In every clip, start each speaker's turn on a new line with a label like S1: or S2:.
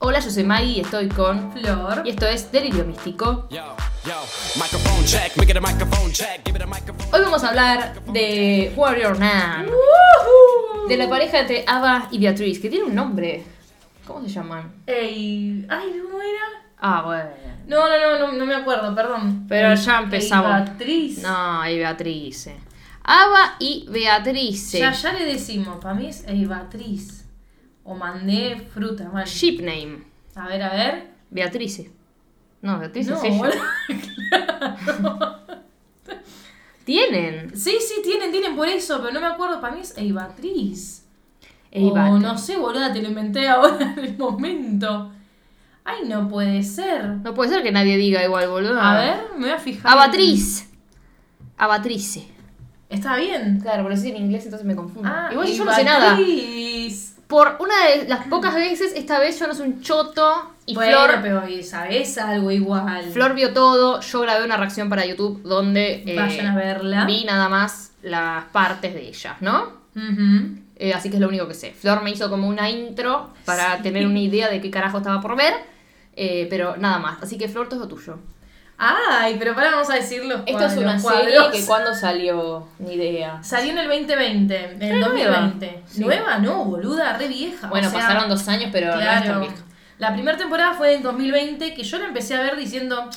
S1: Hola, yo soy Maggie y estoy con...
S2: Flor.
S1: Y esto es Delirio Místico.
S3: Yo, yo, microphone check, make it a microphone check, give it a microphone.
S1: Hoy vamos a hablar de Warrior Nun. De la pareja entre Ava y Beatriz, que tiene un nombre. ¿Cómo se llaman?
S2: Ey, ay, ¿cómo era?
S1: Ah, bueno.
S2: No, no, no, no, no me acuerdo, perdón.
S1: Pero
S2: Ey,
S1: ya empezamos.
S2: ey, Beatriz.
S1: No, y Beatriz. Ava y Beatriz.
S2: Ya, ya le decimos, para mí es ey, Beatriz. O mandé fruta, mal.
S1: Ship name.
S2: A ver, a ver.
S1: Beatrice. No, Beatriz
S2: No,
S1: es ella.
S2: boludo, claro.
S1: Tienen.
S2: Sí, sí, tienen, tienen por eso, pero no me acuerdo, para mí es ey, Beatriz.
S1: Ey,
S2: o
S1: Beatriz.
S2: no sé, boluda, te lo inventé ahora en el momento. Ay, no puede ser.
S1: No puede ser que nadie diga igual, boludo.
S2: A ver, me voy a fijar.
S1: Abatriz. Abatrice.
S2: Está bien.
S1: Claro, por decir en inglés entonces me confundo.
S2: Ah,
S1: igual
S2: ey,
S1: yo no sé nada.
S2: Beatriz.
S1: Por una de las pocas veces, esta vez yo no soy un choto y
S2: bueno,
S1: Flor,
S2: pero sabes algo igual.
S1: Flor vio todo. Yo grabé una reacción para YouTube donde eh,
S2: Vayan a verla.
S1: vi nada más las partes de ellas, ¿no?
S2: Ujú.
S1: Eh, así que es lo único que sé. Flor me hizo como una intro para tener una idea de qué carajo estaba por ver, eh, pero nada más. Así que Flor, todo es lo tuyo.
S2: Ay, pero para vamos a decirlo.
S1: Esto es una serie que cuando salió, ni idea.
S2: Salió en el 2020, en el
S1: Era
S2: 2020.
S1: nueva. Sí.
S2: Nueva no, boluda, re vieja.
S1: Bueno,
S2: o sea,
S1: pasaron dos años, pero no es tan
S2: Claro.
S1: vieja.
S2: La primera temporada fue en 2020 que yo la empecé a ver diciendo,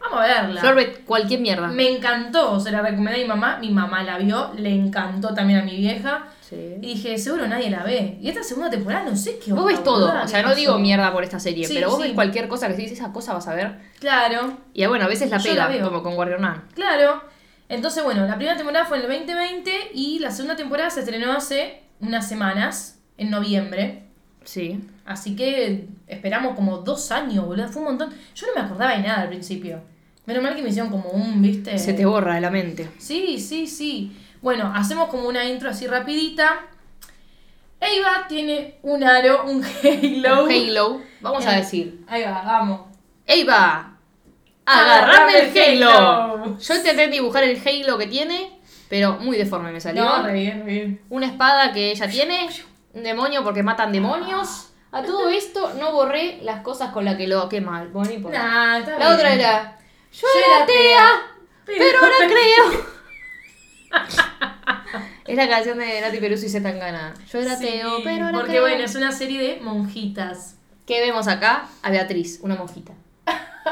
S2: vamos a verla.
S1: Flor ve cualquier mierda.
S2: me encantó, se la recomendé a mi mamá, mi mamá la vio, le encantó también a mi vieja.
S1: Sí.
S2: Y dije, seguro nadie la ve. Y esta segunda temporada no sé qué
S1: Vos
S2: onda,
S1: ves todo,
S2: boluda,
S1: o
S2: ¿qué
S1: sea, no
S2: pasó?
S1: digo mierda por esta serie,
S2: Sí,
S1: pero vos
S2: sí.
S1: ves cualquier cosa que si dices esa cosa vas a ver.
S2: Claro.
S1: Y ah, bueno, a veces la
S2: Yo
S1: pega,
S2: la veo.
S1: como con Warrior Nun.
S2: Claro. Entonces, bueno, la primera temporada fue en el 2020 y la segunda temporada se estrenó hace unas semanas, en noviembre.
S1: Sí.
S2: Así que esperamos como dos años, boludo. Fue un montón. Yo no me acordaba de nada al principio. Menos mal que me hicieron como un, viste.
S1: Se te borra de la mente.
S2: Sí, sí, sí. Bueno, hacemos como una intro así rapidita. Eva tiene un aro, un halo. Eh.
S1: Con Halo. Vamos a decir.
S2: Ahí va, vamos.
S1: ¡Eiva! ¡Agarrame el Halo! Yo intenté dibujar el Halo que tiene, pero muy deforme me salió.
S2: No, re bien, re bien.
S1: Una espada que ella tiene, un demonio porque matan demonios. A todo esto no borré las cosas con las que lo quema. Bueno, no importa.
S2: Nah, está
S1: La otra
S2: bien.
S1: era. Yo
S2: Yo
S1: era
S2: era
S1: atea,
S2: pero-
S1: pero ahora creo. es la canción de Nati Peruso y Zetangana. Yo era
S2: Sí,
S1: ateo, pero ahora
S2: Porque
S1: creo.
S2: bueno, es una serie de monjitas.
S1: ¿Qué vemos acá? A Beatriz, una monjita.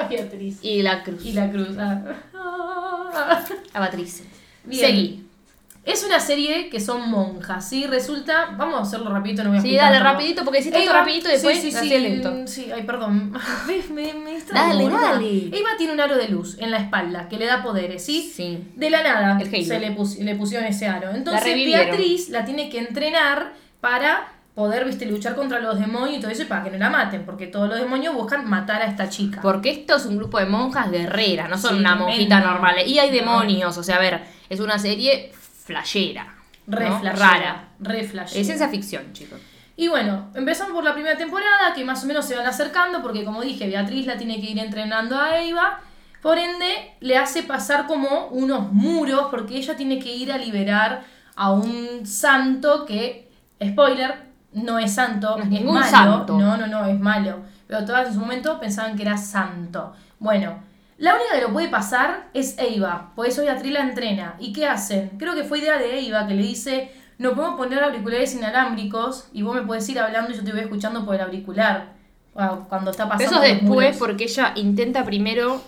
S2: Beatriz.
S1: Y la cruz.
S2: Y la cruz. ah.
S1: A Beatriz.
S2: Bien.
S1: Seguí.
S2: Es una serie que son monjas, ¿sí? Resulta. Vamos a hacerlo rapidito, no voy a
S1: Sí,
S2: explicar
S1: dale
S2: todo.
S1: rapidito, porque hiciste esto
S2: Eva-
S1: rapidito y después
S2: sí, sí,
S1: hacés
S2: sí,
S1: lento.
S2: mm, Sí, ay, perdón. ¿Ves? Me, me distraigo,
S1: Dale,
S2: boluda.
S1: dale.
S2: Eva tiene un aro de luz en la espalda que le da poderes, ¿sí?
S1: Sí.
S2: De la nada
S1: El Halo.
S2: se le, pus- le pusieron ese aro. Entonces
S1: revivieron.
S2: Beatriz la tiene que entrenar para poder, viste, luchar contra los demonios y todo eso y para que no la maten, porque todos los demonios buscan matar a esta chica.
S1: Porque esto es un grupo de monjas guerreras, no son
S2: Sí,
S1: una
S2: tremendo.
S1: monjita normal. Y hay
S2: No.
S1: demonios, o sea, a ver, es una serie flashera.
S2: Re
S1: ¿no?
S2: flashera,
S1: Rara.
S2: Re flashera.
S1: Es ciencia ficción, chicos.
S2: Y bueno, empezamos por la primera temporada, que más o menos se van acercando, porque como dije, Beatriz la tiene que ir entrenando a Eva. Por ende, le hace pasar como unos muros, porque ella tiene que ir a liberar a un santo que, spoiler, no es santo,
S1: No es
S2: es,
S1: ningún
S2: malo.
S1: santo.
S2: No, no, no, es malo. Pero todas en su momento pensaban que era santo. Bueno, la única que lo puede pasar es Eva, por eso Beatriz la entrena. ¿Y qué hacen? Creo que fue idea de Eva que le dice, no podemos poner auriculares inalámbricos y vos me podés ir hablando y yo te voy escuchando por el auricular. Wow, cuando está
S1: Pero
S2: pasando
S1: eso es
S2: los
S1: después,
S2: muros.
S1: porque ella intenta primero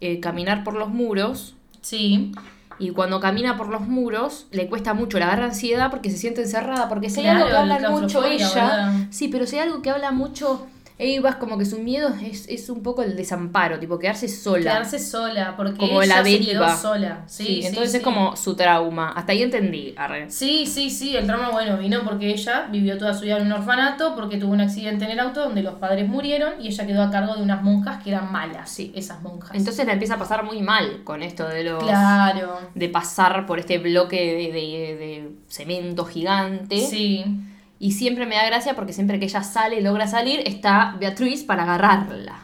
S1: eh, caminar por los muros.
S2: Sí,
S1: Y cuando camina por los muros, le cuesta mucho, la agarra ansiedad porque se siente encerrada. Porque si hay
S2: Claro,
S1: algo que habla
S2: la
S1: mucho
S2: claustrofobia,
S1: ella.
S2: boluda.
S1: Sí, pero si hay algo que habla mucho Eva, es como que su miedo es, es un poco el desamparo, tipo quedarse sola.
S2: quedarse sola, porque
S1: Como
S2: ella
S1: la
S2: se quedó
S1: deriva.
S2: sola.
S1: Sí,
S2: Sí, sí,
S1: entonces es
S2: sí.
S1: como su trauma. Hasta ahí entendí, arre.
S2: Sí, sí, sí, el trauma, bueno, vino porque ella vivió toda su vida en un orfanato, porque tuvo un accidente en el auto donde los padres murieron y ella quedó a cargo de unas monjas que eran malas,
S1: Sí.
S2: sí, esas monjas.
S1: Entonces la empieza a pasar muy mal con esto de los.
S2: claro.
S1: de pasar por este bloque de, de- de cemento gigante.
S2: Sí.
S1: Y siempre me da gracia porque siempre que ella sale, logra salir, está Beatriz para agarrarla.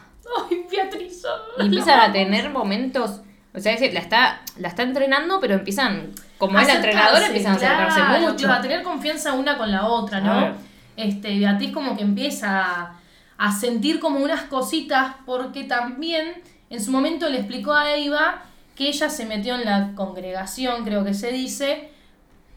S2: Ay, Beatriz.
S1: Y empiezan a tener momentos. O sea, ese- la está, la está entrenando, pero empiezan. Como es la
S2: Acercarse,
S1: entrenadora, empiezan a acercarse
S2: claro,
S1: mucho.
S2: A tener confianza una con la otra,
S1: A ver.
S2: ¿no? Este, Beatriz como que empieza a, a sentir como unas cositas porque también en su momento le explicó a Eva que ella se metió en la congregación, creo que se dice,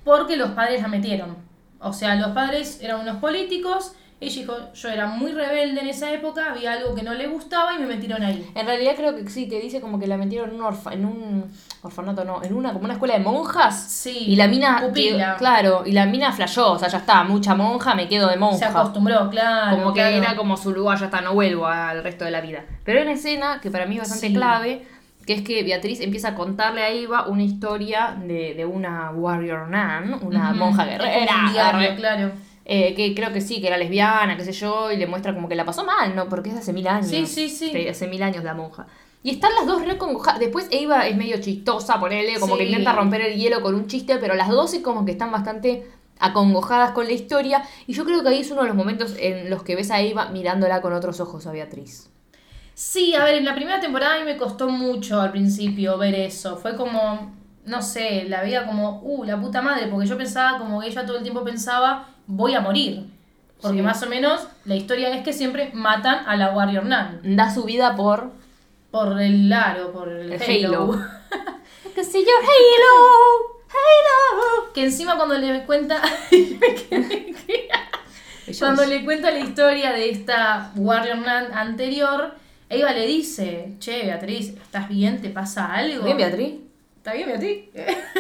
S2: porque los padres la metieron. O sea, los padres eran unos políticos, ella dijo, yo era muy rebelde en esa época, había algo que no le gustaba y me metieron ahí.
S1: En realidad creo que sí, que dice como que la metieron en un, orfa- en un orfanato, no, en una como una escuela de monjas.
S2: Sí,
S1: Y la mina,
S2: pupila.
S1: que- claro, y la mina flashó, o sea, ya está, mucha monja, me quedo de
S2: Se
S1: monja.
S2: acostumbró, claro.
S1: como que
S2: Ah, claro.
S1: era como su lugar, ya está, no vuelvo al resto de la vida. Pero hay una escena que para mí es bastante
S2: Sí.
S1: clave, que es que Beatriz empieza a contarle a Eva una historia de, de una warrior nun, una
S2: Ujú.
S1: monja
S2: Es
S1: guerrera,
S2: como un diario,
S1: arre,
S2: claro.
S1: eh, que creo que sí, que era lesbiana, qué sé yo, y le muestra como que la pasó mal, ¿no? Porque es de hace mil años.
S2: Sí, sí, sí.
S1: De hace mil años la monja. Y están las dos recongojadas. Después Eva es medio chistosa, ponele, como que
S2: Sí.
S1: intenta romper el hielo con un chiste, pero las dos es como que están bastante acongojadas con la historia. Y yo creo que ahí es uno de los momentos en los que ves a Eva mirándola con otros ojos a Beatriz.
S2: Sí, a ver, en la primera temporada a mí me costó mucho al principio ver eso. Fue como, no sé, la veía como, uh, la puta madre, porque yo pensaba como que ella todo el tiempo pensaba, voy a morir. Porque
S1: Sí.
S2: más o menos la historia es que siempre matan a la Warrior Nun.
S1: Da su vida por...
S2: Por el aro, por el,
S1: El
S2: Halo.
S1: Halo. Que si yo Halo, Halo.
S2: Que encima cuando le cuenta. me quedé- cuando le cuenta la historia de esta Warrior Nun anterior, Eva le dice, che, Beatriz, ¿estás bien? ¿Te pasa algo?
S1: Bien, Beatriz.
S2: ¿Está bien, Beatriz?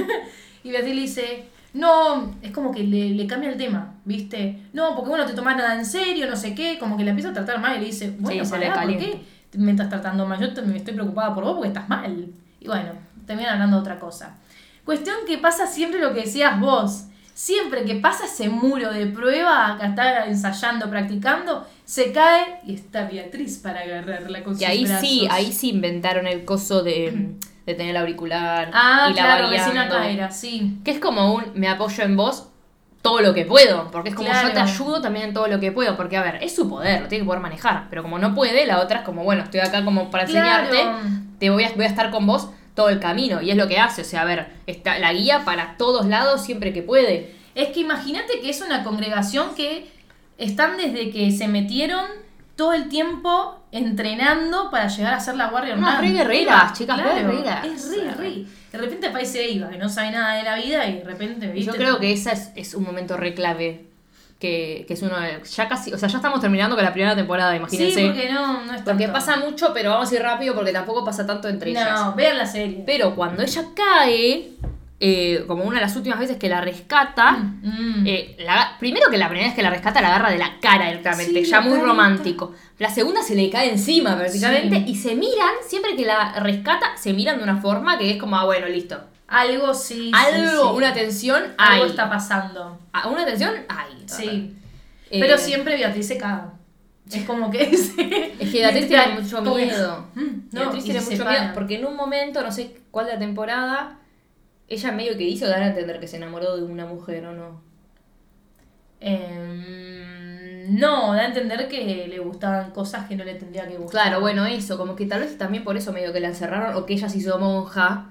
S2: y Beatriz le dice, no, es como que le, le cambia el tema, ¿viste? No, porque bueno, te tomás nada en serio, no sé qué, como que la empieza a tratar mal y le dice, bueno,
S1: se le
S2: pará, ¿por
S1: calienta.
S2: qué me estás tratando mal? Yo te- me estoy preocupada por vos porque estás mal. Y bueno, terminan hablando de otra cosa. Cuestión que pasa siempre lo que decías vos. Siempre que pasa ese muro de prueba que está ensayando, practicando, se cae y está Beatriz para agarrarla con
S1: Que
S2: sus
S1: ahí sí,
S2: brazos.
S1: ahí sí inventaron el coso de, de tener el auricular
S2: Ah,
S1: y la
S2: claro,
S1: variando.
S2: recién acá era, sí.
S1: Que es como un me apoyo en vos todo lo que puedo, porque es como yo te
S2: Claro.
S1: ayudo también en todo lo que puedo, porque a ver, es su poder, lo tiene que poder manejar, pero como no puede, la otra es como, bueno, estoy acá como para
S2: Claro.
S1: enseñarte, te voy a, voy a estar con vos todo el camino, y es lo que hace, o sea, a ver, está la guía para todos lados siempre que puede.
S2: Es que imagínate que es una congregación que están desde que se metieron todo el tiempo entrenando para llegar a ser la Warrior
S1: No,
S2: Nun.
S1: re guerreras,
S2: Eva,
S1: chicas, re guerreras.
S2: Es re, re. De repente aparece Eva, que no sabe nada de la vida y de repente,
S1: Y yo
S2: ¿viste?
S1: creo que ese es, es un momento re clave, que, que es uno de, ya casi, o sea, ya estamos terminando con la primera temporada,
S2: Sí,
S1: imagínense.
S2: porque no, no es
S1: Porque
S2: tanto.
S1: pasa mucho, pero vamos a ir rápido porque tampoco pasa tanto entre ellas.
S2: No, vean la serie.
S1: Pero cuando ella cae, eh, como una de las últimas veces que la rescata,
S2: Mm.
S1: eh, la aga- primero que la primera vez que la rescata la agarra de la cara directamente,
S2: Sí,
S1: ya
S2: la
S1: muy
S2: carita.
S1: romántico. La segunda se le cae encima prácticamente
S2: Sí.
S1: y se miran, siempre que la rescata, se miran de una forma que es como, ah, bueno, listo.
S2: Algo sí. sí,
S1: Algo,
S2: sí.
S1: una tensión hay.
S2: Algo está pasando.
S1: Ah, Una tensión hay.
S2: Sí.
S1: Eh,
S2: Pero siempre Beatriz se caga. Es como que. Es
S1: Es que Beatriz tiene mucho miedo.
S2: "Mm, No,
S1: Beatriz
S2: y
S1: tiene
S2: se
S1: mucho
S2: separan.
S1: miedo porque en un momento, no sé cuál de la temporada, ella medio que hizo dar a entender que se enamoró de una mujer o no.
S2: Em, no, da a entender que le gustaban cosas que no le tendría que gustar.
S1: Claro, bueno, eso, como que tal vez también por eso medio que la encerraron o que ella se hizo monja,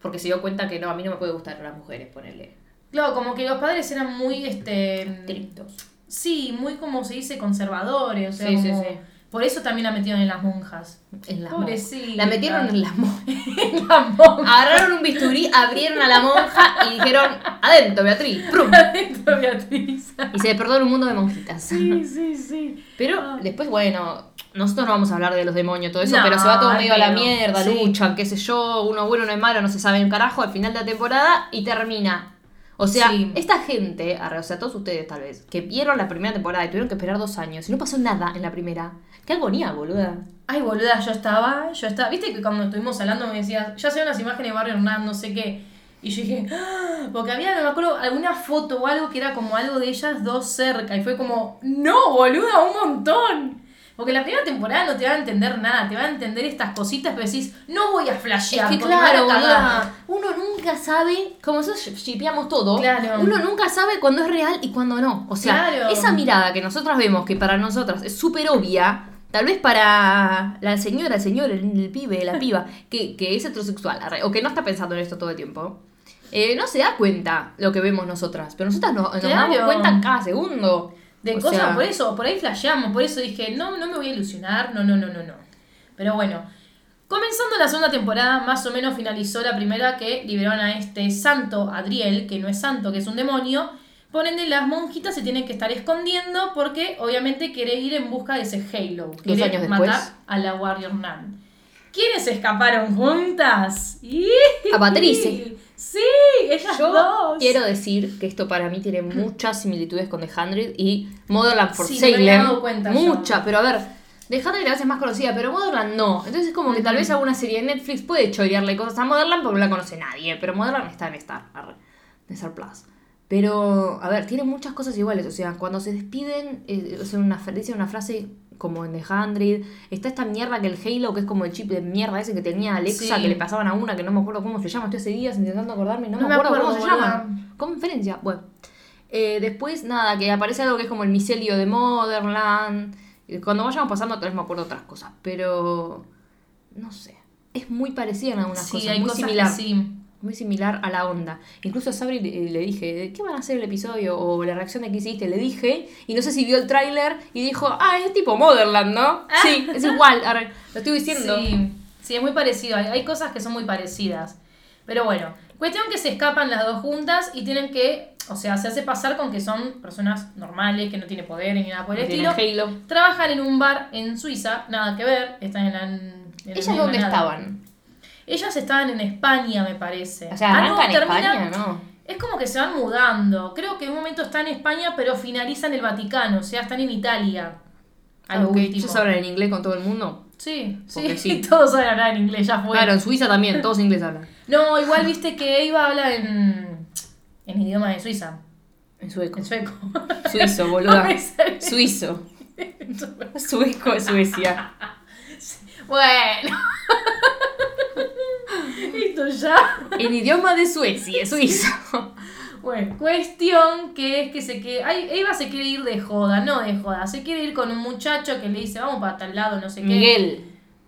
S1: porque se dio cuenta que no, a mí no me puede gustar las mujeres, ponerle
S2: Claro, como que los padres eran muy, este...
S1: estrictos.
S2: Sí, muy como se dice, conservadores. O sea,
S1: Sí, sí,
S2: como-
S1: sí.
S2: Por eso también la metieron en las monjas.
S1: En las
S2: Pobrecita.
S1: monjas. La metieron en las monjas.
S2: En las monjas.
S1: Agarraron un bisturí, abrieron a la monja y dijeron, adentro, Beatriz, ¡prum!
S2: Adentro, Beatriz.
S1: Y se despertó en un mundo de monjitas.
S2: Sí, sí, sí.
S1: Pero después, bueno, nosotros no vamos a hablar de los demonios, todo eso,
S2: No,
S1: pero se va todo medio a la
S2: pero,
S1: mierda,
S2: sí.
S1: luchan, qué sé yo, uno bueno, uno es malo, no se sabe un carajo, al final de la temporada y termina. O sea,
S2: Sí.
S1: esta gente, arre, o sea, todos ustedes tal vez, que vieron la primera temporada y tuvieron que esperar dos años y no pasó nada en la primera, qué agonía, boluda.
S2: Ay, boluda, yo estaba, yo estaba. Viste que cuando estuvimos hablando me decías, ya se ven las imágenes de Barrio Hernán, no sé qué. Y yo dije, "Ah", porque había, no me acuerdo, alguna foto o algo que era como algo de ellas dos cerca. Y fue como, no, boluda, un montón. Porque la primera temporada no te va a entender nada, te va a entender estas cositas, pero decís, no voy a flashear.
S1: es que
S2: porque me van a
S1: claro,
S2: cagar".
S1: boluda, uno nunca sabe, como nosotros shipeamos todo,
S2: Claro.
S1: uno nunca sabe cuándo es real y cuándo no. O sea,
S2: Claro.
S1: esa mirada que nosotras vemos, que para nosotras es súper obvia, tal vez para la señora, el señor, el, el pibe, la piba, que, que es heterosexual, arre, o que no está pensando en esto todo el tiempo, eh, no se da cuenta lo que vemos nosotras, pero nosotras no- nos
S2: Claro.
S1: damos cuenta cada segundo.
S2: de
S1: O
S2: cosas,
S1: sea-
S2: por eso, por ahí flasheamos, por eso dije, no, no me voy a ilusionar, no, no, no, no, no. Pero bueno, comenzando la segunda temporada, más o menos finalizó la primera que liberaron a este santo Adriel, que no es santo, que es un demonio. Por ende, las monjitas se tienen que estar escondiendo porque obviamente quiere ir en busca de ese Halo. Quiere
S1: años
S2: matar
S1: después.
S2: a la Warrior Nun. ¿Quiénes escaparon juntas? ¡Ih!
S1: A Patrice.
S2: Sí, ellas
S1: Yo
S2: dos.
S1: quiero decir que esto para mí tiene muchas similitudes con The Hundred y Motherland for
S2: Sí, me
S1: Salem.
S2: había dado cuenta yo.
S1: Muchas, pero a ver, The Hundred a veces es más conocida, pero Motherland no. Entonces es como que tal vez alguna serie de Netflix puede chorearle cosas a Motherland porque no la conoce nadie, pero Motherland está en Star, arre, en Star Plus. Pero, a ver, tiene muchas cosas iguales. O sea, cuando se despiden, eh, o sea, una, fra- dicen una frase como en The Hundred. Está esta mierda que el Halo, que es como el chip de mierda ese que tenía Alexa,
S2: Sí.
S1: que le pasaban a una, que no me acuerdo cómo se llama. Estoy hace días intentando acordarme, no, me
S2: No me
S1: acuerdo, cómo se
S2: acuerdo, boluda.
S1: llaman. Conferencia, bueno. Eh, después, nada, que aparece algo que es como el micelio de Motherland. Eh, Cuando vayamos pasando, tal vez me acuerdo otras cosas. Pero. No sé. Es muy parecida en algunas
S2: Sí,
S1: cosas.
S2: hay
S1: muy
S2: cosas que
S1: similar.
S2: sí.
S1: Muy similar a la onda. Incluso a Sabri le, le dije, ¿qué van a hacer el episodio? O la reacción de que hiciste, le dije. Y no sé si vio el tráiler y dijo, ah, es tipo Motherland, ¿no? Sí, es igual. arre, lo estoy diciendo.
S2: Ah. Sí, sí, es muy parecido. Hay, hay cosas que son muy parecidas. Pero bueno, cuestión que se escapan las dos juntas y tienen que, o sea, se hace pasar con que son personas normales, que no tienen poder ni nada por el
S1: Tiene
S2: estilo.
S1: Halo.
S2: Trabajan en un bar en Suiza, nada que ver, están en la... en la
S1: ¿Ellas
S2: misma
S1: dónde
S2: nada.
S1: estaban?
S2: Ellas estaban en España, me parece.
S1: O sea,
S2: Ah, no,
S1: arrancan en
S2: termina-
S1: España, ¿no?
S2: Es como que se van mudando. Creo que en un momento están en España, pero finalizan el Vaticano, o sea, están en Italia. A lo
S1: Aunque
S2: último.
S1: ellos hablan en inglés con todo el mundo.
S2: Sí, sí,
S1: Porque sí.
S2: todos saben hablar en inglés, ya fue.
S1: Claro, en Suiza también, todos inglés hablan.
S2: No, igual viste que Eva habla en, en idioma de Suiza,
S1: En sueco.
S2: en sueco.
S1: Suizo, boluda.
S2: No me sale.
S1: Suizo. Sueco de Suecia.
S2: bueno. Listo ya.
S1: En idioma de Suecia, suizo.
S2: Bueno, cuestión que es que se que Eva se quiere ir de joda, no de joda, se quiere ir con un muchacho que le dice, vamos para tal lado, no sé qué.
S1: Miguel.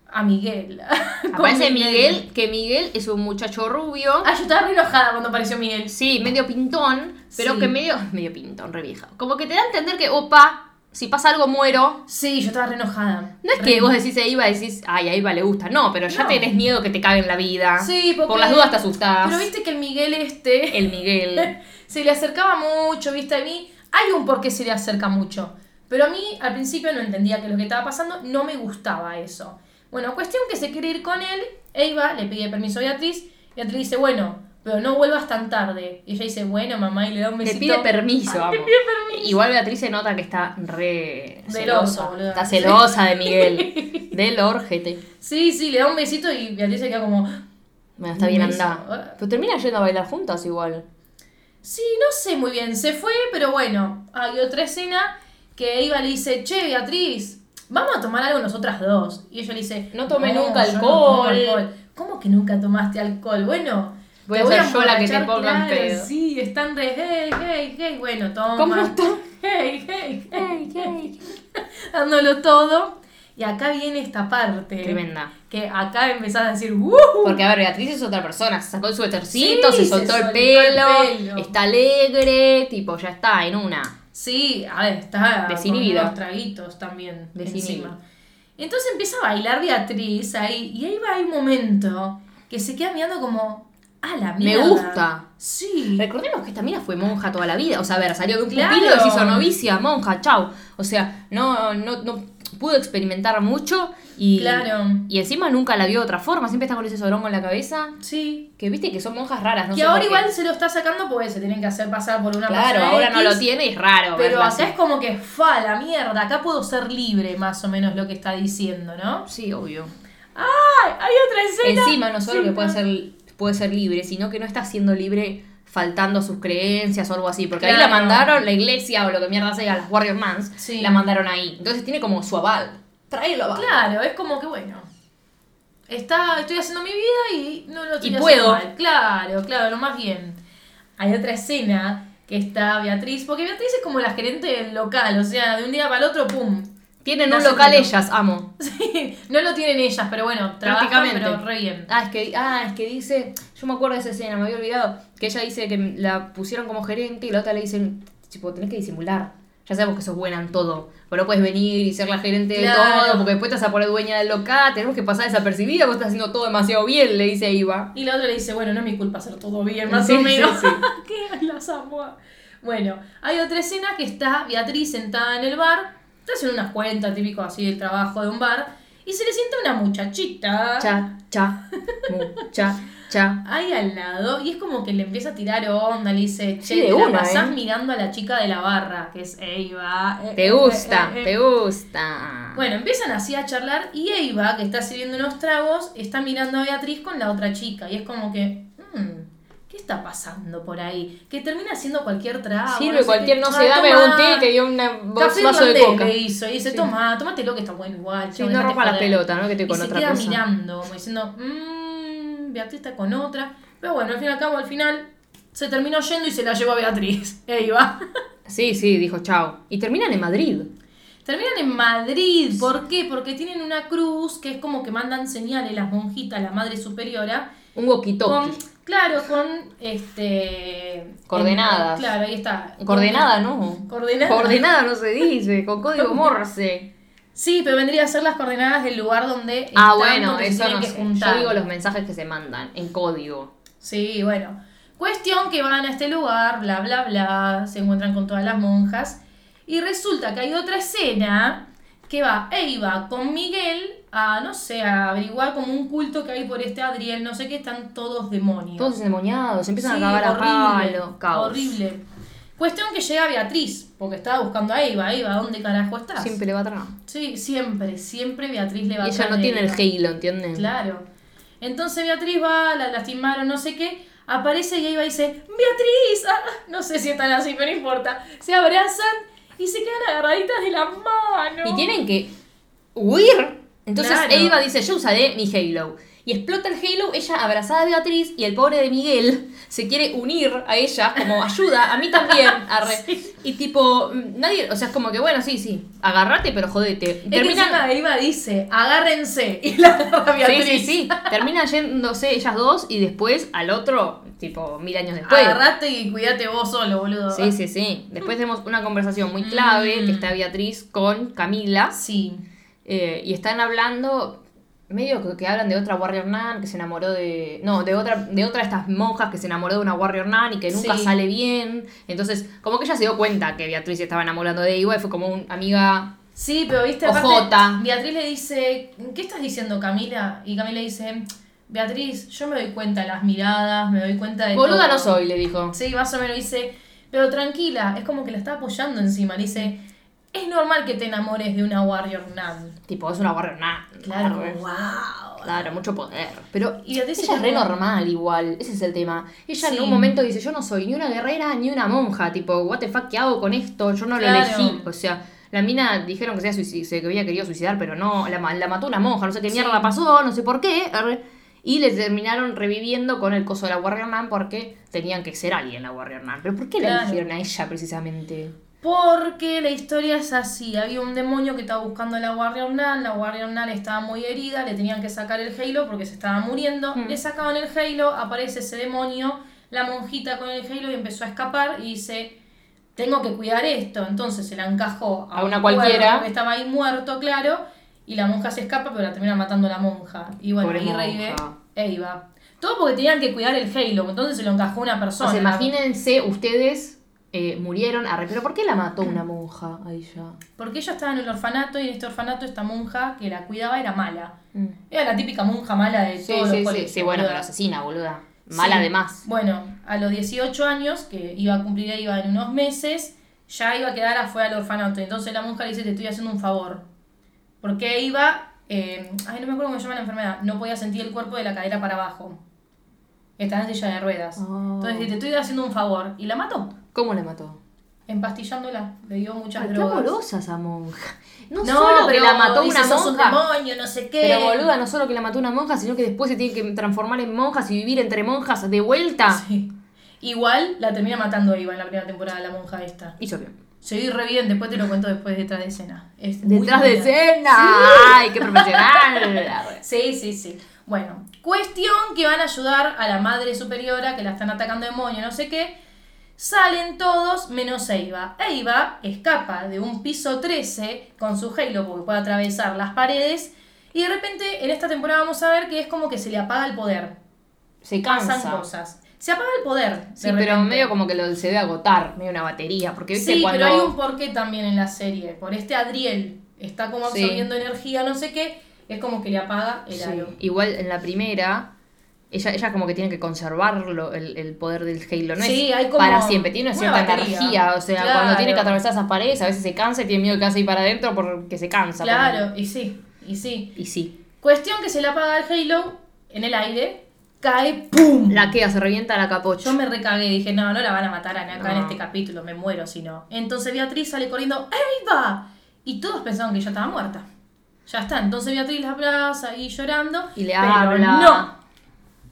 S2: A Miguel. Con
S1: Aparece Miguel, que Miguel es un muchacho rubio.
S2: Ah, yo estaba re enojada cuando apareció Miguel.
S1: Sí, medio pintón, pero
S2: Sí.
S1: que medio. medio pintón, re vieja. Como que te da a entender que, opa, si pasa algo muero.
S2: Sí, yo estaba re enojada.
S1: No es
S2: Re-
S1: que vos decís a Iva, decís, ay, a Iva le gusta. No, pero ya
S2: No.
S1: tenés miedo que te caguen la vida.
S2: Sí, porque-
S1: Por las dudas te asustás.
S2: Pero viste que el Miguel este...
S1: El Miguel.
S2: se le acercaba mucho, ¿viste? A mí hay un por qué se le acerca mucho. Pero a mí al principio no entendía que lo que estaba pasando no me gustaba eso. Bueno, cuestión que se quiere ir con él, Eva le pide permiso a Beatriz, Beatriz dice, bueno, pero no vuelvas tan tarde. Y ella dice, bueno, mamá, y le da un
S1: Te
S2: besito.
S1: pide permiso, vamos.
S2: pide permiso.
S1: Igual Beatriz se nota que está re
S2: Del oso,
S1: celosa.
S2: boluda.
S1: Está celosa de Miguel. Del orjete.
S2: Sí, sí, le da un besito y Beatriz se queda como,
S1: Bueno, está bien
S2: Un beso.
S1: andada. Pero termina yendo a bailar juntas igual.
S2: sí, no sé muy bien, se fue, pero bueno, hay otra escena que Eva le dice, che, Beatriz, vamos a tomar algo nosotras dos. Y ella le dice,
S1: No tomé nunca
S2: yo no
S1: alcohol".
S2: tomo ¿Cómo que nunca tomaste alcohol? Bueno,
S1: Voy
S2: te
S1: a ser yo la que te
S2: emborrachar,
S1: ponga en
S2: claro,
S1: pedo.
S2: Sí, están de, hey, hey, hey, bueno, toma.
S1: ¿Cómo está?
S2: Hey, hey, hey, hey, dándolo todo. Y acá viene esta parte.
S1: Tremenda.
S2: Que acá empezás a decir, "Wuhu".
S1: Porque, a ver, Beatriz es otra persona. Se sacó el suétercito,
S2: Uh. Sí,
S1: se
S2: se
S1: soltó el,
S2: soltó el
S1: pelo,
S2: pelo.
S1: Está alegre, tipo, ya está en una.
S2: Sí, a ver, está
S1: Desinhibida.
S2: con unos traguitos también
S1: Desinhibida.
S2: encima. Entonces empieza a bailar Beatriz ahí, y ahí va un momento que se queda mirando como, a la
S1: Me
S2: mierda.
S1: gusta.
S2: Sí.
S1: Recordemos que esta mina fue monja toda la vida. O sea, a ver, salió de un
S2: Claro.
S1: pupilo, se hizo novicia, monja, chau. O sea, no, no, no pudo experimentar mucho y,
S2: Claro.
S1: y encima nunca la vio de otra forma. Siempre está con ese sorongo en la cabeza.
S2: Sí.
S1: Que viste que son monjas raras, ¿no?
S2: que
S1: sé por
S2: ahora
S1: qué.
S2: igual se lo está sacando porque se tienen que hacer pasar por una
S1: Claro,
S2: persona
S1: ahora no
S2: X,
S1: lo tiene y es raro.
S2: Pero
S1: verla así.
S2: acá es como que, fa, la mierda, acá puedo ser libre, más o menos lo que está diciendo, ¿no?
S1: Sí, obvio.
S2: ¡Ay! Hay otra escena.
S1: Encima no solo
S2: Sí,
S1: que puede ser, puede ser libre, sino que no está siendo libre faltando a sus creencias o algo así. Porque ahí la
S2: Claro.
S1: mandaron la iglesia o lo que mierda sea, las Warrior Mans,
S2: Sí.
S1: la mandaron ahí. Entonces tiene como su aval. Tráelo aval.
S2: Claro, es como que bueno. Está, estoy haciendo mi vida y no lo estoy
S1: Y
S2: haciendo
S1: puedo.
S2: mal. Claro, claro, lo más bien. Hay otra escena que está Beatriz, porque Beatriz es como la gerente del local, o sea, de un día para el otro, ¡pum!
S1: Tienen
S2: No
S1: un
S2: sé
S1: local
S2: cómo.
S1: ellas, amo.
S2: Sí, no lo tienen ellas, pero bueno, trabajan,
S1: Prácticamente.
S2: pero re bien.
S1: Ah es, que, ah, es que dice, yo me acuerdo de esa escena, me había olvidado, que ella dice que la pusieron como gerente y la otra le dicen, tipo, tenés que disimular. Ya sabemos que sos buena en todo. Pero no puedes venir y ser la gerente
S2: Claro.
S1: de todo, porque después te vas a poner dueña del local, tenemos que pasar desapercibida, vos estás haciendo todo demasiado bien, le dice Iva.
S2: Y la otra le dice, bueno, no es mi culpa hacer todo bien, más
S1: Sí,
S2: o menos.
S1: sí,
S2: ¿Qué? La Samoa. Bueno, hay otra escena que está Beatriz sentada en el bar, está haciendo unas cuentas típico así del trabajo de un bar, y se le sienta una muchachita
S1: Cha, cha, mu, cha, cha.
S2: ahí al lado, y es como que le empieza a tirar onda, le dice, che,
S1: Sí, de
S2: te la
S1: una,
S2: pasás
S1: ¿eh?
S2: mirando a la chica de la barra, que es Eva. eh, eh,
S1: Te gusta,
S2: eh, eh,
S1: te gusta.
S2: Bueno, empiezan así a charlar y Eva, que está sirviendo unos tragos, está mirando a Beatriz con la otra chica. Y es como que, "Mm, ¿qué está pasando por ahí? Que termina haciendo cualquier trago.
S1: Sirve cualquier, no sé,
S2: da
S1: dame un té y te dio una- un
S2: Ah, Café
S1: vaso de
S2: irlandés
S1: coca.
S2: le hizo y dice,
S1: Sí.
S2: toma, tómatelo que está bueno igual.
S1: Sí,
S2: chabón,
S1: no
S2: dejate
S1: rompa la
S2: joder".
S1: pelota, ¿no? Que estoy
S2: Y
S1: con
S2: se
S1: otra
S2: queda
S1: cosa.
S2: mirando, como diciendo, mmm, Beatriz está con otra. Pero bueno, al fin y al cabo, al final, se terminó yendo y se la llevó a Beatriz. Eva.
S1: Sí, sí, dijo chao. Y terminan en Madrid.
S2: Terminan en Madrid. ¿Por qué? Porque tienen una cruz que es como que mandan señales las monjitas, la madre superiora.
S1: Un walkie-talkie.
S2: Con, claro, con este.
S1: Coordenadas.
S2: en- claro, ahí está.
S1: Coordenada, ¿no?
S2: Coordenada.
S1: Coordenada no se dice, con código Morse.
S2: Sí, pero vendría a ser las coordenadas del lugar donde.
S1: Ah,
S2: están,
S1: bueno,
S2: porque se
S1: eso
S2: tienen
S1: no
S2: que
S1: sé.
S2: juntar.
S1: Yo digo los mensajes que se mandan en código.
S2: Sí, bueno. Cuestión que van a este lugar, bla, bla, bla, se encuentran con todas las monjas. Y resulta que hay otra escena que va Eva con Miguel a, no sé, a averiguar como un culto que hay por este Adriel, no sé qué, están todos demonios.
S1: Todos endemoniados, empiezan
S2: Sí,
S1: a cagar a
S2: horrible,
S1: palo. Caos.
S2: Horrible. Cuestión que llega Beatriz, porque estaba buscando a Eva. Eva, ¿dónde carajo estás?
S1: Siempre le va atrás.
S2: Sí, siempre, siempre Beatriz le va
S1: Y ella
S2: atrás
S1: no
S2: de
S1: tiene el
S2: Eva.
S1: halo, ¿entienden?
S2: Claro. Entonces Beatriz va, la lastimaron, no sé qué. Aparece y Eva dice, Beatriz, Ah, no sé si están así, pero no importa. Se abrazan y se quedan agarraditas de la mano.
S1: Y tienen que huir. Entonces
S2: Claro.
S1: Eva dice, yo usaré mi Halo. Y explota el Halo, ella abrazada a Beatriz y el pobre de Miguel se quiere unir a ella como ayuda, a mí también. arre. Y tipo, mm, nadie, o sea, es como que bueno, sí, sí, agarrate pero jodete.
S2: Es que
S1: Terminan,
S2: encima Eva dice, agárrense. Y la agarra
S1: sí,
S2: Beatriz.
S1: sí, sí, terminan yéndose ellas dos y después al otro, tipo, mil años después.
S2: Agarrate y cuídate vos solo, boludo.
S1: Sí, sí, sí. Después tenemos una conversación muy clave
S2: Mm.
S1: que está Beatriz con Camila.
S2: Sí.
S1: Eh, y están hablando, medio que, que hablan de otra Warrior Nun que se enamoró de. No, de otra, de otra de estas monjas que se enamoró de una Warrior Nun y que nunca
S2: Sí.
S1: sale bien. Entonces, como que ella se dio cuenta que Beatriz estaba enamorando de Iwa y fue como un amiga.
S2: Sí, pero viste,
S1: Ojota.
S2: aparte, Beatriz le dice, ¿qué estás diciendo Camila? Y Camila dice, Beatriz, yo me doy cuenta de las miradas, me doy cuenta de
S1: Boluda
S2: todo".
S1: no soy, le dijo.
S2: Sí, más o menos dice, pero tranquila, es como que la está apoyando encima. Le dice, es normal que te enamores de una Warrior Nun.
S1: Tipo, es una Warrior Nun.
S2: Claro,
S1: Arre.
S2: wow.
S1: Claro, mucho poder. Pero
S2: Y Beatriz
S1: ella es re
S2: como-
S1: normal igual, ese es el tema. Ella
S2: Sí.
S1: en un momento dice, yo no soy ni una guerrera ni una monja, tipo, what the fuck, ¿qué hago con esto? Yo no
S2: Claro.
S1: lo elegí. O sea, la mina dijeron que se había, suici- se- que había querido suicidar, pero no, la, ma- la mató una monja, no sé qué
S2: Sí.
S1: mierda pasó, no sé por qué. arre. Y le terminaron reviviendo con el coso de la Warrior Man porque tenían que ser alguien la Warrior Man. Pero ¿por qué la
S2: Claro.
S1: eligieron a ella precisamente?
S2: Porque la historia es así, había un demonio que estaba buscando a la Warrior Nun, la Warrior Nun estaba muy herida, le tenían que sacar el Halo porque se estaba muriendo,
S1: Mm.
S2: le sacaban el Halo, aparece ese demonio, la monjita con el Halo y empezó a escapar y dice, tengo que cuidar esto, entonces se la encajó
S1: A una
S2: un
S1: cualquiera.
S2: cuervo que estaba ahí muerto, claro, y la monja se escapa pero la termina matando la monja. Y bueno,
S1: Pobre
S2: ahí revive
S1: monja.
S2: Eva. Todo porque tenían que cuidar el Halo, entonces se lo encajó una
S1: O
S2: persona.
S1: sea, imagínense, ustedes eh, murieron, arre, pero ¿por qué la mató una monja a ella?
S2: Porque ella estaba en el orfanato y en este orfanato esta monja que la cuidaba era mala.
S1: Mm.
S2: Era la típica monja mala de
S1: Sí,
S2: todos
S1: sí,
S2: los
S1: sí,
S2: colegios.
S1: sí, bueno,
S2: boluda.
S1: pero asesina, boluda.
S2: Sí.
S1: Mala además.
S2: Bueno, a los 18 años, que iba a cumplir, iba en unos meses, ya iba a quedar afuera del orfanato. Entonces la monja le dice, te estoy haciendo un favor. Porque iba, eh, ay, no me acuerdo cómo se llama la enfermedad, no podía sentir el cuerpo de la cadera para abajo. Estaba en silla de ruedas.
S1: Oh.
S2: Entonces dice, te estoy haciendo un favor. Y la mató,
S1: ¿Cómo la mató?
S2: empastillándola. Le dio muchas
S1: Ay, qué
S2: drogas.
S1: amorosa esa monja. No, solo que la mató
S2: dice,
S1: una
S2: "Sos un
S1: monja.
S2: demonio, no sé qué.
S1: Pero boluda, no solo que la mató una monja, sino que después se tiene que transformar en monjas y vivir entre monjas de vuelta.
S2: Sí. Igual la termina matando Iva en la primera temporada, la monja esta.
S1: Hizo bien.
S2: Se vi re bien, después te lo cuento después detrás de escena. Es muy
S1: Detrás de
S2: buena.
S1: escena. Ay, qué profesional.
S2: Sí, sí, sí. Bueno, cuestión que van a ayudar a la madre superiora que la están atacando demonios, no sé qué. Salen todos menos Eiva. Eiva escapa de un piso 13 con su Halo porque puede atravesar las paredes. Y de repente en esta temporada vamos a ver que es como que se le apaga el poder.
S1: Se
S2: Pasan
S1: cansa.
S2: cosas. Se apaga el poder. de
S1: Sí, pero
S2: repente.
S1: medio como que lo, se debe agotar, medio una batería. Porque viste
S2: Sí,
S1: cuando.
S2: pero hay un porqué también en la serie. Por este Adriel está como
S1: Sí.
S2: absorbiendo energía, no sé qué. Es como que le apaga el
S1: Sí.
S2: halo.
S1: Igual en la primera, ella, ella como que tiene que conservarlo, el, el poder del Halo. No
S2: Sí,
S1: es
S2: hay como
S1: para siempre, tiene una
S2: una
S1: cierta
S2: batería.
S1: energía. O sea, cuando
S2: Claro.
S1: tiene que atravesar esas paredes, a veces se cansa y tiene miedo que hace ir para adentro porque se cansa.
S2: Claro, y sí, y sí.
S1: Y sí.
S2: Cuestión que se le apaga el halo en el aire, cae ¡pum!
S1: La queda, se revienta la capocho.
S2: Yo me recagué, dije, no, no la van a matar a acá en
S1: No.
S2: este capítulo, me muero si no. Entonces Beatriz sale corriendo, ¡Eva! Y todos pensaron que ya estaba muerta. Ya está, entonces Beatriz la abraza ahí llorando.
S1: Y le
S2: pero
S1: habla.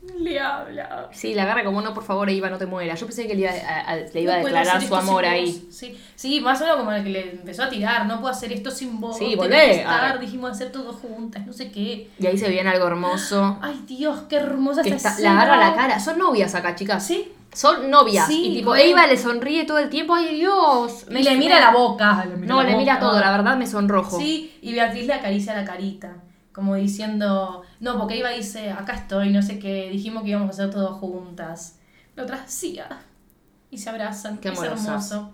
S2: No. Le habla.
S1: Sí, la agarra como no, por favor, Eva, no te mueras. Yo pensé que le iba a, a- le iba a
S2: No puedo
S1: declarar
S2: hacer
S1: su
S2: esto sin
S1: amor
S2: vos.
S1: ahí.
S2: Sí, sí, más o menos como el que le empezó a tirar, no puedo hacer esto sin vos.
S1: Sí,
S2: tenemos
S1: volvé,
S2: que estar,
S1: arre.
S2: dijimos hacer todo juntas, no sé qué.
S1: Y ahí se viene algo hermoso.
S2: Ay, Dios, qué hermosa
S1: que
S2: esta
S1: está, la agarra
S2: escena.
S1: la cara. Son novias acá, chicas.
S2: Sí.
S1: Son novias.
S2: Sí,
S1: y tipo,
S2: re.
S1: Eva le sonríe todo el tiempo. ¡Ay, Dios!
S2: Y le mira la boca.
S1: No, le mira todo, la verdad me sonrojo.
S2: Sí, y Beatriz le acaricia la carita, como diciendo, no, porque Iba dice, acá estoy, no sé qué, dijimos que íbamos a hacer todo juntas. La otra, sí, ah". y se abrazan,
S1: Qué
S2: es
S1: amorosas.
S2: hermoso.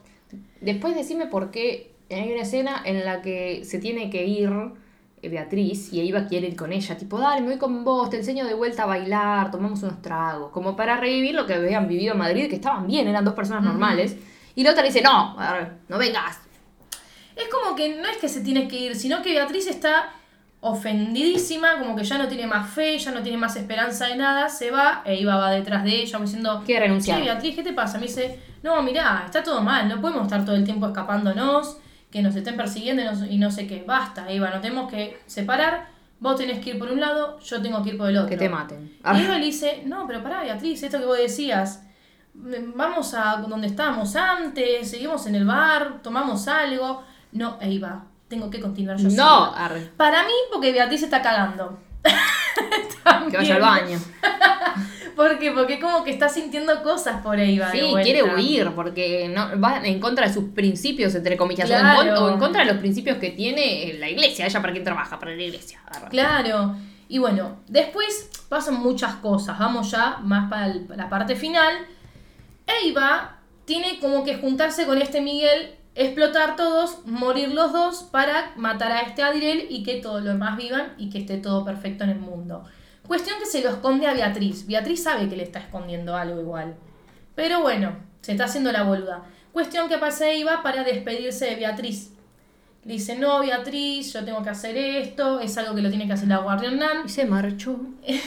S1: Después decime por qué hay una escena en la que se tiene que ir eh, Beatriz y Eva quiere ir con ella. Tipo, dale, me voy con vos, te enseño de vuelta a bailar, tomamos unos tragos. Como para revivir lo que habían vivido en Madrid, que estaban bien, eran dos personas normales. Y la otra le dice, no, a ver, no vengas.
S2: Es como que no es que se tiene que ir, sino que Beatriz está ofendidísima, como que ya no tiene más fe, ya no tiene más esperanza de nada, se va e Iba va detrás de ella, como diciendo,
S1: Quiere renunciar.
S2: "Che, Beatriz, ¿qué te pasa? Me dice, no, mirá, está todo mal, no podemos estar todo el tiempo escapándonos, que nos estén persiguiendo y no, y no sé qué, basta, Iba, nos tenemos que separar, vos tenés que ir por un lado, yo tengo que ir por el otro.
S1: Que te maten.
S2: Y Eva le dice, no, pero pará, Beatriz, esto que vos decías, mm, vamos a donde estábamos antes, seguimos en el bar, tomamos algo. No, Eva, tengo que continuar yo
S1: No,
S2: sola.
S1: arre,
S2: Para mí, porque Beatriz está cagando.
S1: que vaya al baño.
S2: ¿Por qué? Porque como que está sintiendo cosas por Eva.
S1: Sí,
S2: de vuelta.
S1: quiere huir porque no, va en contra de sus principios, entre comillas, o en
S2: Claro.
S1: con- o, en, contra de los principios que tiene eh, la iglesia. Ella para quién trabaja, para la iglesia. Arre.
S2: Claro. Y bueno, después pasan muchas cosas. Vamos ya más para el- la parte final. Eva tiene como que juntarse con este Miguel, explotar todos, morir los dos para matar a este Adirel y que todos los demás vivan y que esté todo perfecto en el mundo. Cuestión que se lo esconde a Beatriz. Beatriz sabe que le está escondiendo algo igual. Pero bueno, se está haciendo la boluda. Cuestión que pasa Eva para despedirse de Beatriz. Le dice, no, Beatriz, yo tengo que hacer esto, es algo que lo tiene que hacer la guardia Hernán.
S1: Y se marchó.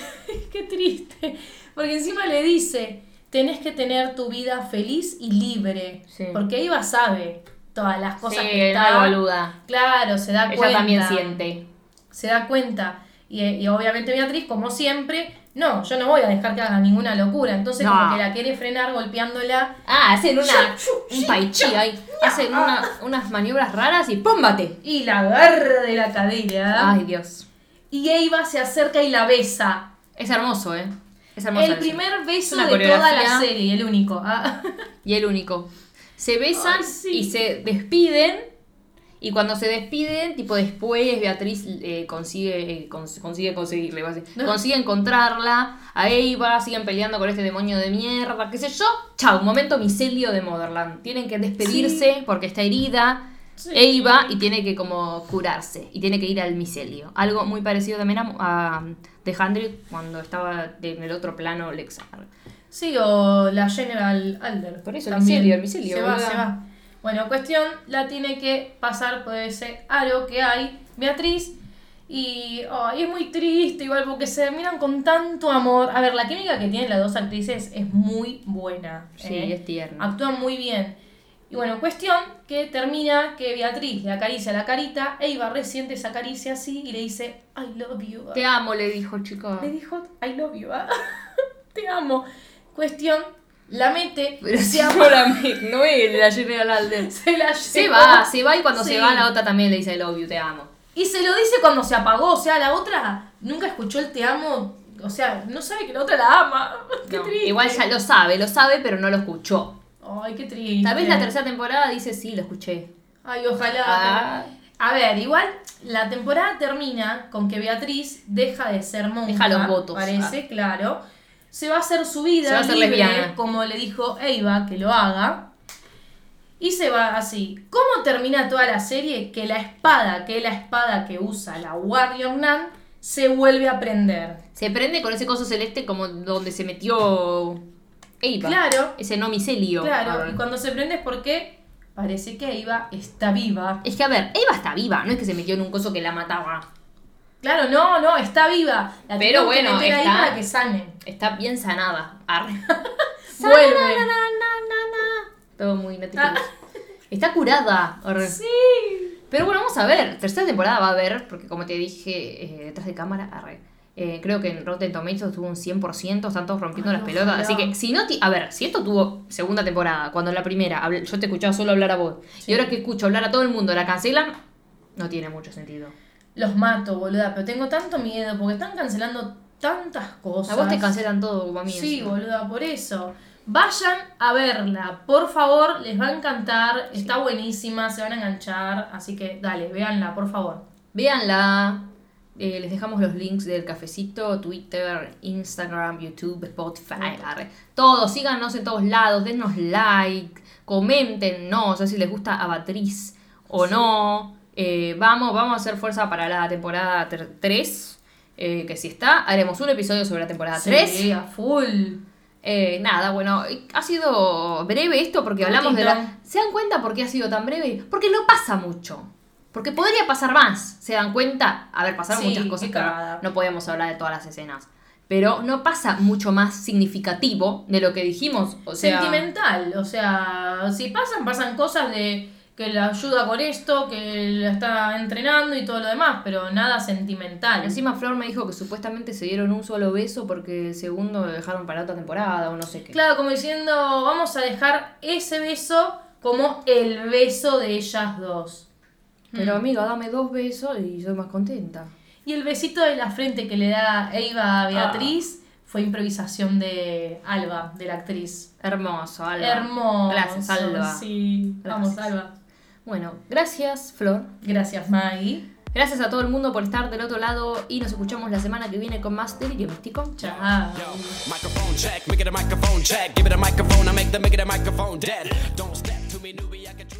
S2: Qué triste. Porque encima le dice, tenés que tener tu vida feliz y libre.
S1: Sí.
S2: Porque Iva sabe todas las cosas
S1: sí,
S2: que
S1: una
S2: está.
S1: boluda.
S2: Claro, se da
S1: Ella
S2: cuenta.
S1: también siente.
S2: Se da cuenta. Y, eh, y obviamente Beatriz, como siempre, no, yo no voy a dejar que haga ninguna locura. Entonces
S1: No.
S2: como que la quiere frenar golpeándola.
S1: Ah, hacen una.
S2: Sí, sí,
S1: Un tai chi ahí. Hacen una- unas maniobras raras y ¡pómbate!
S2: Y la agarra de la cadera.
S1: Ay, Dios.
S2: Y Eva se acerca y la besa.
S1: Es hermoso, ¿eh? Es hermoso.
S2: El
S1: eso.
S2: primer beso
S1: Una
S2: de toda la
S1: coreografía.
S2: serie, el único. Ah.
S1: Y el único. Se besan
S2: Ay, sí.
S1: y se despiden. Y cuando se despiden, tipo después Beatriz eh, consigue, eh, cons- consigue conseguirle, iba a decir. consigue encontrarla, a Eva, siguen peleando con este demonio de mierda, qué sé yo. Chao, momento micelio de Motherland. Tienen que despedirse porque está herida
S2: Sí.
S1: Eva y tiene que como curarse y tiene que ir al micelio. Algo muy parecido también a, a The Hundred cuando estaba en el otro plano Lexar.
S2: Sí, o la General Alder.
S1: Por eso, el
S2: también.
S1: micelio, el micelio,
S2: Se va,
S1: boluda.
S2: se va. Bueno, cuestión, la tiene que pasar por ese aro que hay, Beatriz. Y ay, es muy triste, igual, porque se miran con tanto amor. A ver, la química que tienen las dos actrices es muy buena.
S1: Sí,
S2: ¿eh?
S1: es tierno.
S2: Actúan muy bien. Y bueno, cuestión que termina que Beatriz le acaricia la carita, Eva resiente esa caricia así y le dice, I love you.
S1: Te amo, le dijo, chico.
S2: Le dijo, I love you, ah, te amo. Cuestión, la mete,
S1: Pero
S2: se,
S1: si
S2: ama-
S1: no la Meg, no es la General Alden.
S2: se la lleva.
S1: Se va, se va y cuando
S2: Sí.
S1: se va la otra también le dice I love you, te amo.
S2: Y se lo dice cuando se apagó, o sea, la otra nunca escuchó el te amo, o sea, no sabe que la otra la ama. Qué
S1: No,
S2: triste.
S1: Igual ya lo sabe, lo sabe, pero no lo escuchó.
S2: Ay, Ay, qué triste.
S1: Tal vez la tercera temporada dice sí, lo escuché.
S2: Ay, ojalá.
S1: Ah.
S2: A ver, igual la temporada termina con que Beatriz deja de ser monja.
S1: Deja los votos, ah.
S2: Parece, claro. Se va a hacer su vida
S1: Se va a hacer
S2: libre,
S1: lesbiana.
S2: como le dijo Eva que lo haga. Y se va así. ¿Cómo termina toda la serie? Que la espada, que es la espada que usa la Warrior Nun, se vuelve a prender.
S1: Se prende con ese coso celeste como donde se metió Eva.
S2: Claro.
S1: Ese no micelio. A
S2: Claro,
S1: ver.
S2: y cuando se prende es porque parece que Eva está viva.
S1: Es que a ver, Eva está viva, no es que se metió en un coso que la mataba.
S2: Claro, no, no, está viva. La
S1: Pero
S2: tenemos que
S1: bueno,
S2: meter ahí
S1: está-
S2: para que sane.
S1: Está bien sanada. Arre.
S2: Vuelve.
S1: Sananananana. Todo muy Natalie
S2: Ah.
S1: Cruz. Está curada. Arre.
S2: Sí.
S1: Pero bueno, vamos a ver. Tercera temporada va a haber, porque como te dije eh, detrás de cámara, arre, eh, creo que en Rotten Tomatoes tuvo un 100%, están todos rompiendo
S2: Ay,
S1: las pelotas.
S2: ojalá.
S1: Así que, si no, ti- a ver, si esto tuvo segunda temporada, cuando en la primera habl- yo te escuchaba solo hablar a vos, y ahora que escucho hablar a todo el mundo, la cancelan, no tiene mucho sentido.
S2: Los mato, boluda, pero tengo tanto miedo porque están cancelando tantas cosas.
S1: a vos te cancelan todo, como a mí.
S2: Sí,
S1: encima.
S2: boluda, por eso. Vayan a verla, por favor, les va a encantar, está buenísima, se van a enganchar, así que dale, véanla, por favor.
S1: Véanla. Eh, les dejamos los links del cafecito, Twitter, Instagram, YouTube, Spotify, arre. todo. Síganos en todos lados, denos like, coméntenos, así si les gusta Abatriz o no. Eh, vamos, vamos a hacer fuerza para la temporada 3, que si está, haremos un episodio sobre la temporada 3.
S2: Sí, a full.
S1: Eh, nada, bueno, ha sido breve esto porque
S2: Cortito.
S1: hablamos de la... ¿Se dan cuenta por qué ha sido tan breve? Porque no pasa mucho. Porque podría pasar más, ¿se dan cuenta? A ver, pasaron
S2: Sí,
S1: muchas cosas,
S2: qué
S1: pero
S2: cagada.
S1: no podíamos hablar de todas las escenas. Pero no pasa mucho más significativo de lo que dijimos. O sea,
S2: Sentimental, o sea, si pasan, pasan cosas de que la ayuda con esto, que la está entrenando y todo lo demás, pero nada sentimental.
S1: Encima Flor me dijo que supuestamente se dieron un solo beso porque el segundo lo dejaron para otra temporada o no sé qué.
S2: Claro, como diciendo, vamos a dejar ese beso como el beso de ellas dos. Mm.
S1: Pero amiga, dame dos besos y soy más contenta.
S2: Y el besito de la frente que le da Eva a Beatriz
S1: Ah.
S2: fue improvisación de Alba, de la actriz.
S1: Hermoso, Alba.
S2: Hermoso.
S1: Gracias, Alba.
S2: Sí, vamos,
S1: Gracias.
S2: Alba.
S1: Bueno, gracias, Flor.
S2: Gracias, Maggie.
S1: Gracias a todo el mundo por estar del otro lado y nos escuchamos la semana que viene con más Delirio Místico.
S2: Chao.
S3: Yo, microphone check, make it a microphone check. Give it a microphone, I make the make it a microphone dead. Don't step to me, newbie, I can.